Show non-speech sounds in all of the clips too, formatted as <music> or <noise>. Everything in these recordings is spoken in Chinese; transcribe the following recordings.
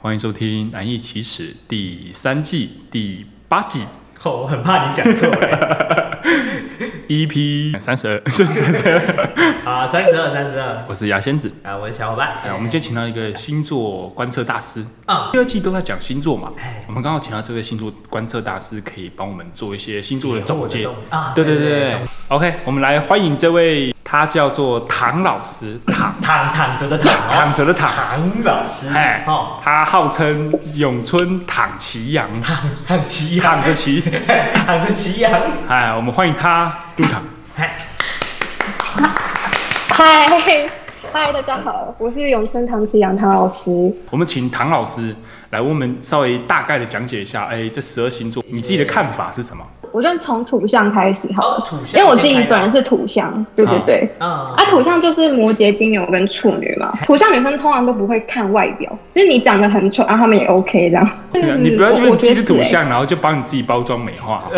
欢迎收听《难易启齿》第三季第八季 <laughs> 哦，我很怕你讲 <laughs> 错哎。 EP E 三十二， <laughs> 就是三十二。好，三十二，三十二。我是牙仙子。啊，我的小伙伴。哎，我们今天请到一个星座观测大师。嗯第二季都在讲星座嘛哎，我们刚好请到这位星座观测大师，可以帮我们做一些星座的总解结惑的动啊对对对对对对对。OK，我们来欢迎这位，他叫做唐老师，唐躺躺着的躺 <laughs> 哦，躺着的躺。唐老师。哎哦，，他号称咏春躺旗羊，躺躺齐躺羊，着骑。 <laughs> 躺着齐羊。哎，我们欢迎他入场。哎， <laughs> 嗨嗨，大家好，我是咏春堂食杨唐老师。我们请唐老师来，为我们稍微大概的讲解一下，哎、这十二星座你自己的看法是什么？我就从土象开始好了，哦土因象为我自己本人是土象，对对对。啊啊，土象就是摩羯、金牛跟处女嘛。土象女生通常都不会看外表，就是你长得很丑，然后他们也 OK 这样。对啊，你不要因为我你我自己是觉得是土欸象，然后就帮你自己包装美化。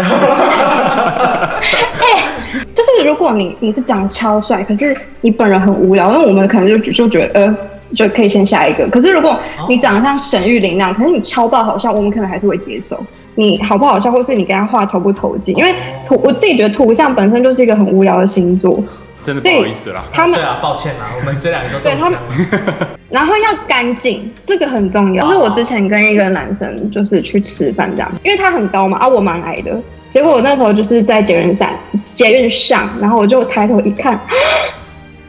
就是如果你你是长得超帅，可是你本人很无聊，那我们可能就就觉得呃。就可以先下一个。可是如果你长得像沈玉琳那样，可是你超爆好笑，我们可能还是会接受。你好不好笑，或是你跟他话投不投机？因为图我自己觉得图像本身就是一个很无聊的星座，真的所以不好意思啦，他们对啊，抱歉啦，我们这两个都中对他枪们了。 <laughs> 然后要干净，这个很重要。就是我之前跟一个男生就是去吃饭这样，因为他很高嘛，啊，我蛮矮的。结果我那时候就是在捷运上，捷运上，然后我就抬头一看，啊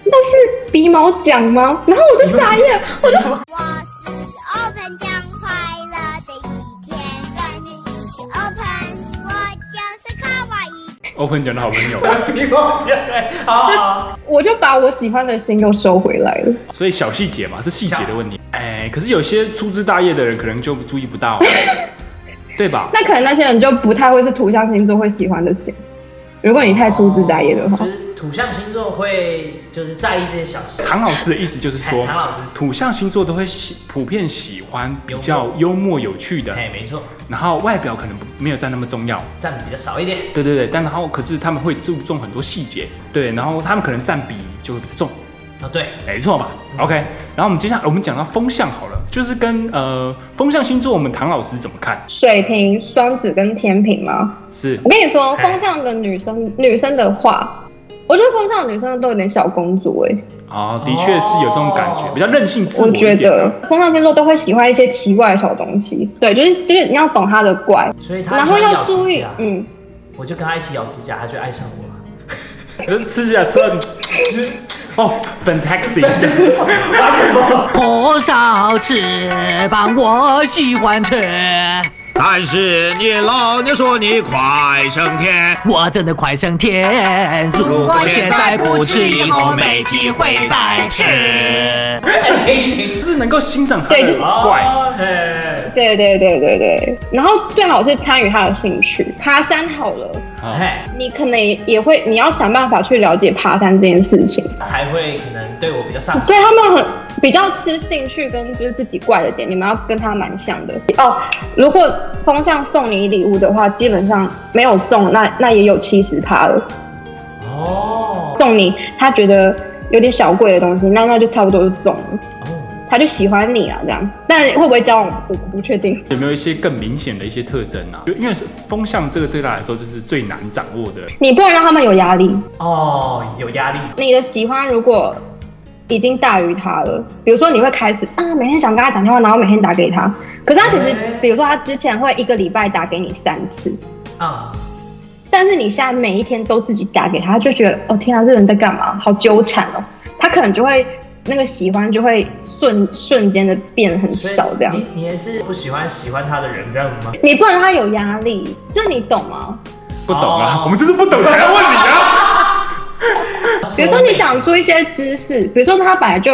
那是鼻毛奖吗？然后我就傻眼，我就我是 Open 酱快乐的一天，跟你一起 Open，我就是卡哇伊。 ，Open 讲的好朋友。皮毛起来，好好好。我就把我喜欢的心又收回来了。所以小细节嘛，是细节的问题。哎、可是有些粗枝大叶的人可能就注意不到、对吧？那可能那些人就不太会是土象星座会喜欢的型。如果你太粗枝大叶的话就，是土象星座会就是在意这些小事。唐老师的意思就是说哎唐老师，土象星座都会喜普遍喜欢比较幽默有趣的，哎，没错，然后外表可能不没有占那么重要，占比比较少一点。对对对，但然后可是他们会注重很多细节，对，然后他们可能占比就会比较重，啊，对，没错吧？OK，然后嗯我们接下来我们讲到风象好了，就是跟呃风象星座，我们唐老师怎么看？水瓶、双子跟天平吗？是我跟你说，哎风象的女生，女生的话，我觉得风象的女生都有点小公主哎、啊、的确是有这种感觉，哦比较任性自我我一觉点。得风象星座都会喜欢一些奇怪的小东西，对，就是就是你要懂她的怪，所以他然后喜欢要咬指注意甲，嗯，我我就跟他一起咬指甲，他就爱上我了。可是吃起来吃得很哦，fantastic。 <laughs> 火烧翅膀，我喜欢吃，但是你老娘说你快升天。我真的快升天。如果现在不吃，以后没机会再吃。哎，已经是能够欣赏他对就的是怪，哦嘿对对对对对，然后最好是参与她的兴趣，爬山好了，啊嘿，你可能也会，你要想办法去了解爬山这件事情，才会可能对我比较上心。所以他们很比较吃兴趣跟就是自己怪的点，你们要跟他蛮像的哦。如果风象送你礼物的话，基本上没有中，那那也有七十趴了。哦送你他觉得有点小贵的东西，那那就差不多就中了，哦，他就喜欢你啊了这样。但会不会交往，我不确定。有没有一些更明显的一些特征啊？就因为风象这个对他来说就是最难掌握的，你不能让他们有压力。哦，有压力。你的喜欢如果已经大于他了，比如说你会开始啊，每天想跟他讲电话，然后每天打给他。可是他其实哎，比如说他之前会一个礼拜打给你三次，啊、但是你现在每一天都自己打给他，他就觉得哦天啊，这人在干嘛？好纠缠哦。他可能就会那个喜欢就会瞬瞬间的变得很所以少这样。你你也是不喜欢喜欢他的人这样子吗？你不能让他有压力，就你懂吗？不懂啊，哦我们就是不懂才要问你啊。比如说你讲出一些知识，比如说他本来就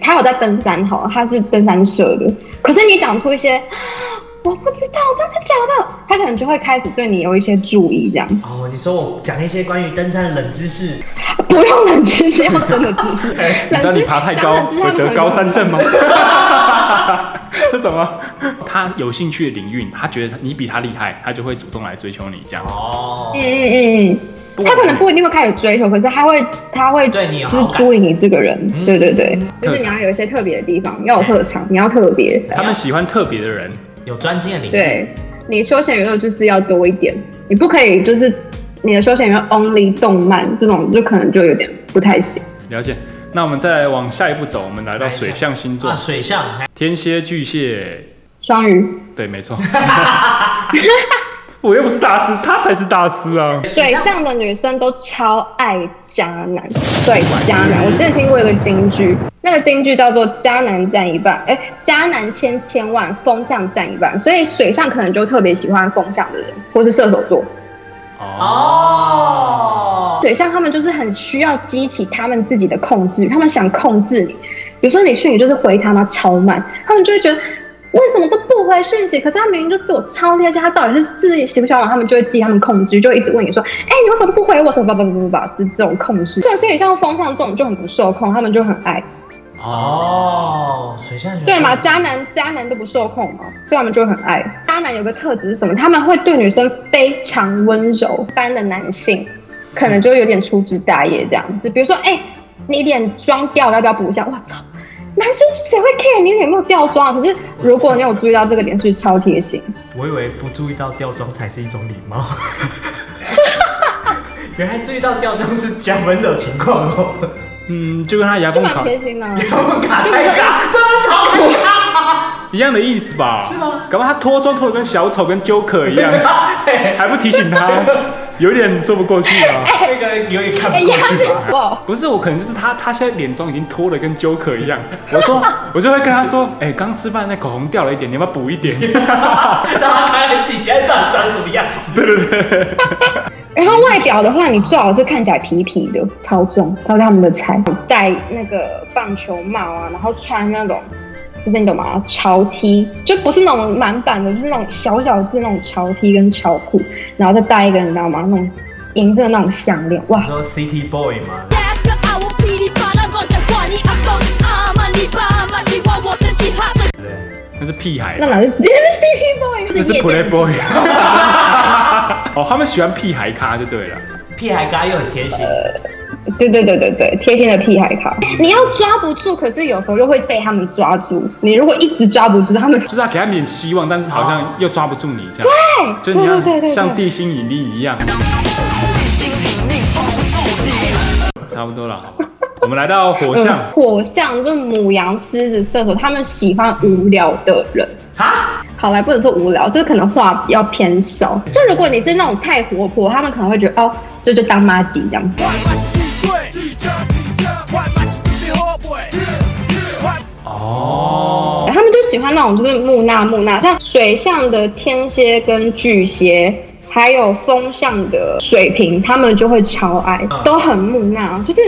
他有在登山，好了，他是登山社的，可是你讲出一些 <gasps> 啊我不知道真的假的，他可能就会开始对你有一些注意，这样哦，你说我讲一些关于登山的冷知识，不用冷知识，要真的知 <laughs> 识。哎你知道你爬太高冷知识会得高山。症吗？ <laughs> 这种啊，他有兴趣的领域，他觉得你比他厉害，他就会主动来追求你这样。哦他们很嗯嗯嗯嗯，不他管可能不一定会开始追求，可是他会，他会对你有就好是感嗯注意你这个人，对对对，就特是你长要有一些特别的地方，要有特长，你要特别，他们喜欢特别的人，有专精的领域。，对你休闲娱乐就是要多一点，你不可以就是你的休闲娱乐 only 动漫这种，就可能就有点不太行。了解。那我们再往下一步走，我们来到水象星座啊，，水象，天蝎、巨蟹，双鱼，对，没 <laughs> 错。我又不是大师，他才是大师啊！水象的女生都超爱渣男，对渣男。我之前听过一个京剧，那个京剧叫做《渣男占一半》，哎，渣男千千万，风象占一半，所以水象可能就特别喜欢风象的人，或是射手座。哦，哦，水象他们就是很需要激起他们自己的控制欲，他们想控制你。比如说你讯息就是回他妈超慢，他们就会觉得为什么都不回讯息？可是他明明就对我超贴心，他到底是自己喜不喜欢我？他们就会记他们控制欲，就会一直问你说：“哎、你为什么不回我？什么吧吧吧吧吧？”这这种控制。所以所以像风象这种就很不受控，他们就很爱，哦，水象女生对嘛？渣男渣男都不受控嘛，所以他们就很爱。渣男有个特质是什么？他们会对女生非常温柔，一般的男性可能就有点粗枝大叶这样子。比如说，哎、你脸妆掉了，要不要补一下？我操！男生谁会 care 你脸有没有掉妆啊？可是如果你有注意到这个点，是不是超贴心？我以为不注意到吊装才是一种礼貌， <laughs> 原来注意到吊装是加分的情况哦。嗯，就跟他牙就缝蛮卡贴心的、啊。我卡在卡，真的超可怕，一样的意思吧？是吗？搞不好他脱妆脱的跟小丑跟 Joker 一样， <laughs> 哎嘿还不提醒他，有点说不过去啊。那个有点看不哎过呀，去这吧？哇！不是我，可能就是他，他现在脸妆已经脱的跟 Joker 一样。 <laughs> 我说，我就会跟他说，哎、刚吃饭那口红掉了一点，你要不要补一点？ <laughs> 哎让他看看自己现在到底长什么样子。对对对，然后外表的话，你最好是看起来痞痞的，超重，超是他们的菜。戴那个棒球帽啊，然后穿那种，就是你懂吗？潮 T，就不是那种满版的，就是那种小小字那种潮 T 跟潮裤，然后再戴一个你知道吗？那种银色的那种项链，哇你！说 City Boy 吗？对不对，那是屁孩那，哪是是 CP boy，那是夜店 Playboy。哦，他们喜欢屁孩咖就对了。屁孩嘎又很贴心，对对对对对，贴心的屁孩卡。你要抓不住，可是有时候又会被他们抓住。你如果一直抓不住，他们就是要给他们点希望，但是好像又抓不住你这样。对就你哎对对要对对像地心引力一样。差不多了，好吧。我们来到火象，嗯、火象就是母羊、狮子、射手，他们喜欢无聊的人。哈，好来，不能说无聊，这可能话比较偏少。就如果你是那种太活泼，他们可能会觉得哦，这就当妈鸡这样。嗯哦，他们就喜欢那种就是木讷木讷，像水象的天蝎跟巨蟹，还有风象的水瓶，他们就会超爱嗯，都很木讷，就是。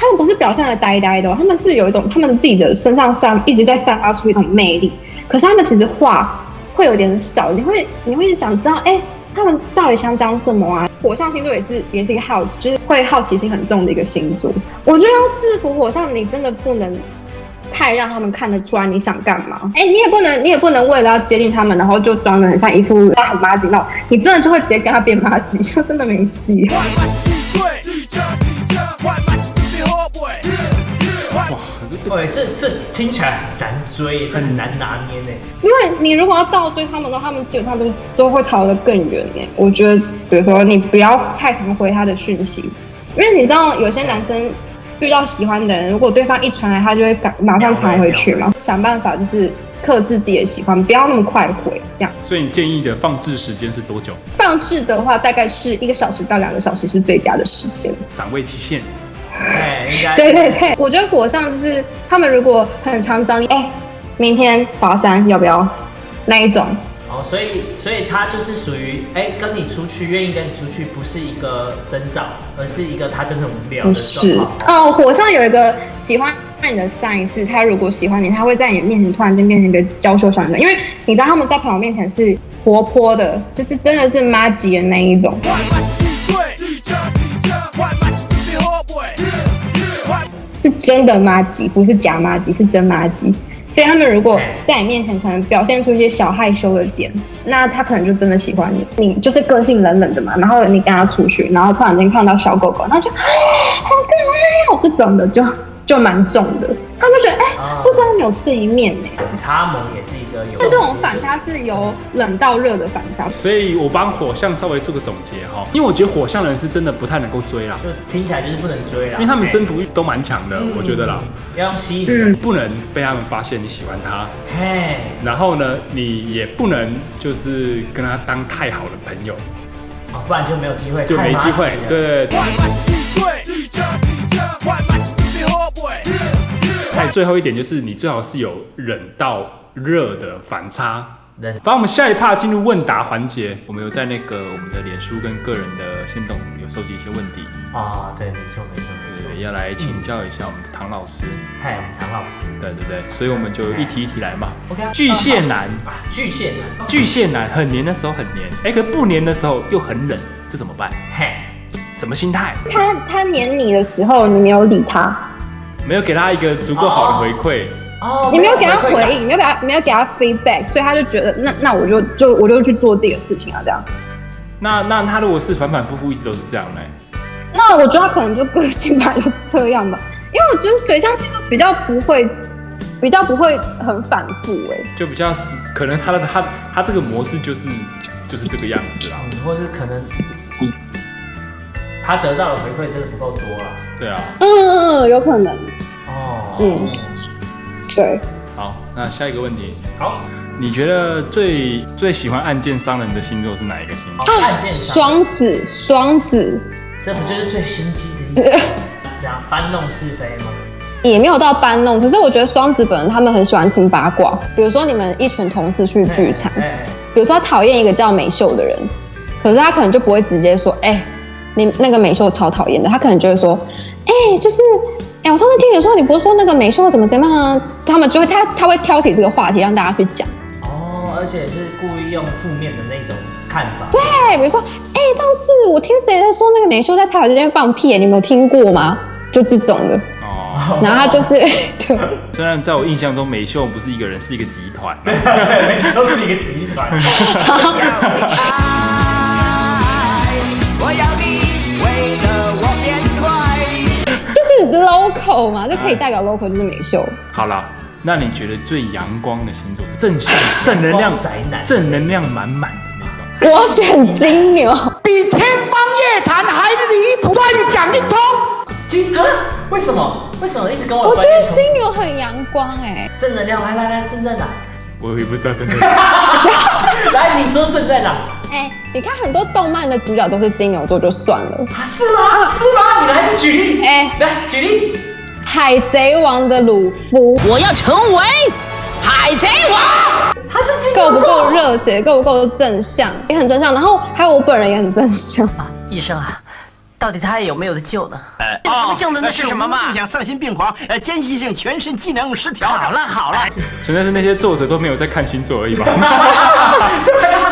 他们不是表现的呆呆的哦、他们是有一种他们自己的身上散一直在散发出一种魅力，可是他们其实话会有点少，你会你会想知道，哎、他们到底想讲什么啊？火象星座也是也是一个好奇，就是会好奇心很重的一个星座。我觉得要制服火象，你真的不能太让他们看得出来你想干嘛。哎、你也不能，你也不能为了要接近他们，然后就装得很像一副啊他很垃圾那种，你真的就会直接跟他变垃圾，就 <laughs> 真的没戏。哇，这喂，这这听起来很难追，这很难拿捏呢。因为你如果要倒追他们的话，他们基本上都都会逃得更远呢。我觉得，比如说你不要太常回他的讯息，因为你知道有些男生遇到喜欢的人，如果对方一传来，他就会赶马上传回去嘛。想办法就是克制自己的喜欢，不要那么快回。这样所以你建议的放置时间是多久？放置的话，大概是一个小时到两个小时是最佳的时间。赏味期限哎，应该对对对，我觉得火象就是他们如果很常找你，哎、明天华山要不要那一种？哦，所以所以他就是属于哎，跟你出去愿意跟你出去，不是一个征兆，而是一个他真的很无聊不的是状况。哦，火象有一个喜欢你的上一次，他如果喜欢你，他会在你面前突然间变成一个娇羞小女生，因为你知道他们在朋友面前是活泼的，就是真的是妈吉的那一种。是真的妈吉，不是假妈吉，是真妈吉。所以他们如果在你面前可能表现出一些小害羞的点，那他可能就真的喜欢你。你就是个性冷冷的嘛，然后你跟他出去，然后突然间看到小狗狗，他就哎好可爱哦，这种的就就蛮重的。他就觉得哎、啊不知道你有这一面呢、茶萌也是一个有但这种反差是由冷到热的反差，所以我帮火象稍微做个总结哈，因为我觉得火象人是真的不太能够追啦，就听起来就是不能追啦，因为他们哎征服欲都蛮强嗯的，我觉得啦，要用吸引，嗯，不能被他们发现你喜欢他，嘿，然后呢，你也不能就是跟他当太好的朋友，哦，不然就没有机会，就没机会太麻吉。了，对对对。还有最后一点就是，你最好是有冷到热的反差。人把我们下一趴进入问答环节，我们有在那个我们的脸书跟个人的线动有收集一些问题，啊，对，没错没错对没对错，对，要来请教一下我们的唐老师，嗨，我们唐老师对对对，所以我们就一题一题来嘛。 ，OK，啊巨蟹男，啊，巨蟹男，巨蟹男很黏的时候很黏，哎，可不黏的时候又很冷，这怎么办？嘿，什么心态？他他黏你的时候，你没有理他，没有给他一个足够好的回馈，哦，你没有给他回馈回感应，你没有给他，没有给他 feedback，所以他就觉得那那我就就我就去做自己的事情啊，这样。那那他如果是反反复复一直都是这样呢？那我觉得他可能就个性吧，就这样吧，因为我觉得水象星座比较不会，比较不会很反复哎、就比较是可能他的他他这个模式就是就是这个样子 <laughs> 啦，嗯，或是可能嗯他得到的回馈真的不够多了，对啊。嗯嗯嗯，有可能，哦，嗯，对，好，那下一个问题，好，你觉得最最喜欢暗箭伤人的星座是哪一个星座？好，哦案件上，双子，双子这不就是最心机的一种，这样搬弄是非吗？也没有到搬弄，可是我觉得双子本人他们很喜欢听八卦，比如说你们一群同事去 <laughs> 聚餐，哎，比如说他讨厌一个叫美秀的人，可是他可能就不会直接说，哎、你那个美秀超讨厌的，他可能就会说，哎、就是，哎、我上次听你说，你不是说那个美秀怎么怎么样啊？他们就会他他会挑起这个话题让大家去讲，哦，而且是故意用负面的那种看法， <laughs> 哎、比如说，哎、上次我听谁在说那个美秀在茶水间放屁、你们有听过吗？就这种的， <laughs> 哦，然后他就是 <laughs> 对。虽然在我印象中美秀不是一个人，是一个集团， <laughs> 对，都是一个集团。 <laughs> 就是 local 嘛，就可以代表 local 就是美秀。好啦，那你觉得最阳光的星座是正 <laughs> 向、正能阳量光宅男正能量满满的那种？我选金牛，比天方夜谭还离谱，乱讲一通。金啊？为什么？为什么一直跟我我的觉观念得冲金牛很阳光哎、正能量？来来来，正在哪？我也不知道 <laughs> 正能量。来，你说正在 <laughs> 哪？啊哎、你看很多动漫的主角都是金牛座就算了，啊是吗？是吗？你来，你举例。哎来举例。 《海贼王》的鲁夫我要成为海贼王。他是金够牛不座。够热血，够不够正向，也很正向。然后还有我本人也很正向，医生啊，到底他有没有救呢？哎哦是无想丧心病狂，呃，间歇性全身机能失调。好了好了，纯粹是那些作者都没有在看星座而已吧？ <laughs>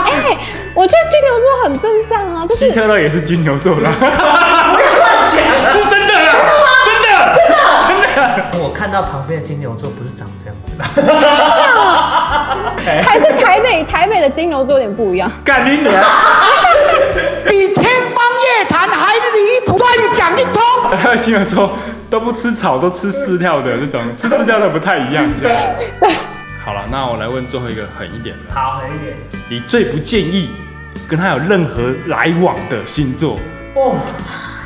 哎、我觉得金牛座很正向啊，就希是特勒也是金牛座的，不要乱讲。啊是真的啦，真的，真的，真的。啊我看到旁边的金牛座不是长这样子的。还是台北台北的金牛座有点不一样。干你娘！ <laughs> 比天方夜谭还离谱，乱讲一通。还有金牛座都不吃草，都吃饲料的这种，吃饲料的不太一样。这 <laughs> 样好了，那我来问最后一个狠一点的，好，很远。你最不建议跟他有任何来往的星座，哦，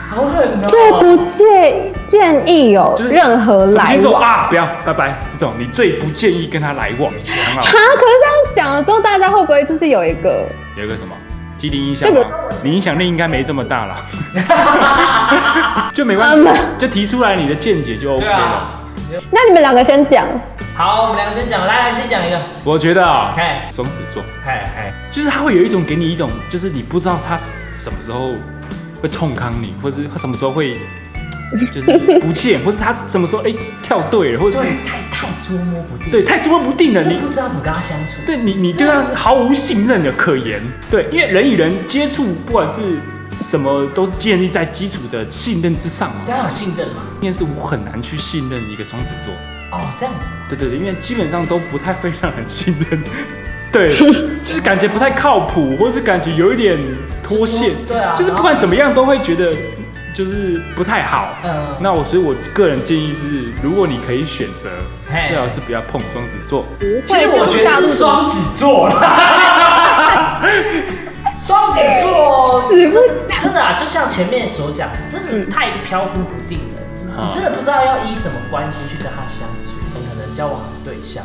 好狠哦。最不建建议有就是任何什么来星座往。啊，不要，拜拜。这种你最不建议跟他来往，很 <laughs> 好啊，。可是这样讲了之后，大家会不会就是有一个有一个什么？机灵影响对吗比？你影响力应该没这么大 <laughs> 啦，就没关系嗯，就提出来你的见解就 OK 对了。啊。那你们两个先讲，好，我们两个先讲，来来，自己讲一个。我觉得啊嘿，双子座嗨嗨，就是他会有一种给你一种，就是你不知道他什么时候会冲康你，或是他什么时候会就是不 <laughs> 见，或是他什么时候哎、跳对了，或者是对，太太捉摸不定。对太捉摸不定了，你你不知道怎么跟他相处。对你你对他毫无信任的可言。对，因为人与人接触，不管是什么，都是建立在基础的信任之上嘛。对他有信任嘛？今天是我很难去信任一个双子座，哦，这样子，对对对，因为基本上都不太会让人 <laughs> 信任， <laughs> 对，就是感觉不太靠谱，或是感觉有一点脱线，对啊就是不管怎么样都会觉得就是不太好。嗯那我所以我个人建议是，如果你可以选择，嘿最好是不要碰双子座。其实我觉得是双子座 <laughs> 啦，双子座只不真的啊，就像前面所讲，真嗯的太飘忽不定了，嗯你真的不知道要依什么关系去跟他相处，你可能交往的对象，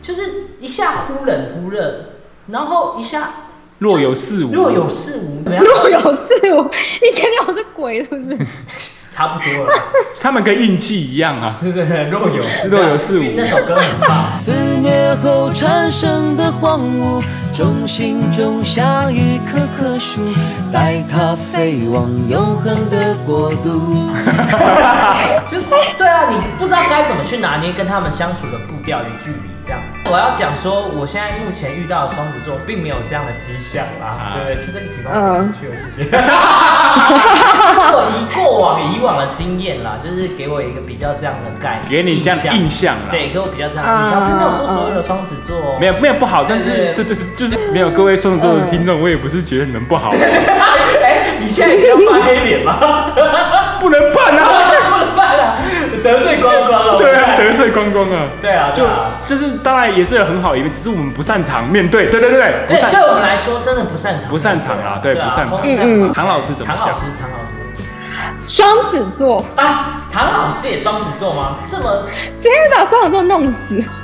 就是一下忽冷忽热，然后一下若有似无，若有似无， <laughs> 对啊，若有似无，你前女友是鬼是不是？差不多 <laughs> 了，他们跟运气一样啊，对对对，若有似若有似无那首歌很棒，肆虐后产生的荒芜，中心种下一棵棵树，带它飞往永恒的国度。 <laughs> 就是对啊，你不知道该怎么去拿捏跟他们相处的步调与距离这样。我要讲说，我现在目前遇到的双子座并没有这样的迹象啦啊，对，其实这个情况讲不出去了，谢谢。啊是我以过往以往的经验啦，就是给我一个比较这样的概念，给你这样的印象象，啦。对，给我比较这样的印象，嗯并没有说所有的双子座哦啊没有没有不好，但是对对对，对就是没有各位双子座的听众，我也不是觉得你们不好， <laughs> 哎，你现在要翻黑脸吗？ <laughs> 不能办啊，不能办了，得罪光光了。对啊，得罪光光啊。对啊，就对啊就是当然也是有很好的一面，只是我们不擅长面对，对对对对，不对，擅对我们来说真的不擅长，不擅长啊，对对不啊擅长。嗯嗯唐老师怎么唐老想师？，唐老师双子座，啊，唐老师也双子座吗？这么直接把双子座弄死。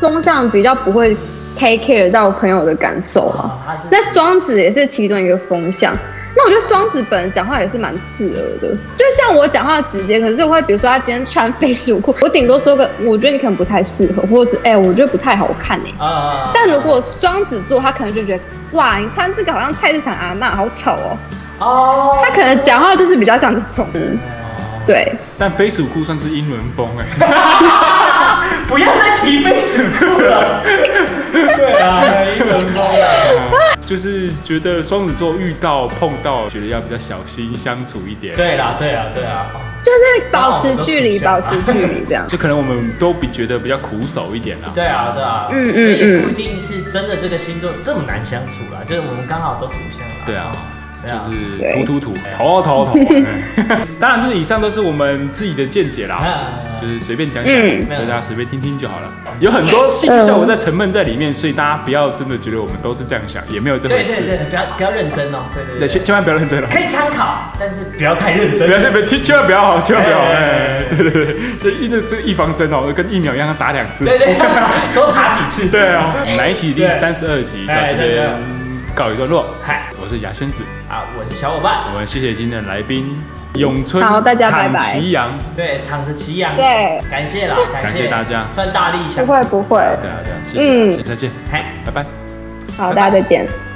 风象比较不会 take care 到朋友的感受啊。啊，他是那双子也是其中一个风向。那我觉得双子本人讲话也是蛮刺耳的，就像我讲话直接，可是我会比如说他今天穿飞鼠裤，我顶多说个我觉得你可能不太适合，或者是哎、我觉得不太好看哎、呃，但如果双子座，他可能就觉得哇，你穿这个好像菜市场阿嬷，好丑哦。哦，他可能讲话就是比较像这种，嗯，对，但飞鼠裤算是英伦风 <laughs> 哎，不要再提飞鼠裤了， <laughs> 对啊，一轮风了，啊就是觉得双子座遇到碰到，觉得要比较小心相处一点。对啦，对啊啦，对啦，就是保持哦距离，我保都不持距离这样。 <laughs> 就可能我们都比觉得比较苦手一点啦。对啊，对啊，嗯嗯也不嗯一定是真的这个星座这么难相处啦，就是我们刚好都互相啦，对啊，对就啊，是对吐吐吐，投投投。嗯 <laughs> 当然，就是以上都是我们自己的见解啊嗯啦，<laughs> 那就是随便讲讲，嗯所以大家随便听听就好了。有很多性效果在沉闷在里面，所以大家不要真的觉得我们都是这样想，也没有这回对对对事。，不要不要认真哦，对对对，千千万不要认真了。哦可以参考，但是不要太认 <laughs> 真不要，不要，千万不要哦好，千万不要好，哎哎，对对对，这一这这预防针哦，跟疫苗一样，要打两次。 <laughs> 对对， <laughs> 多打几次，对啊，我们来一期第对三十二集到哎这对对边告一段落。嗨，我是牙仙子，啊，我是小伙伴。我们谢谢今天的来宾咏春，好大家拜拜唐奇阳，对，躺着骑羊。对，感谢啦，感感谢大家算大力不想。会不会，对啊对啊，谢谢，嗯谢谢，再见，嘿拜拜。好，大家再见。拜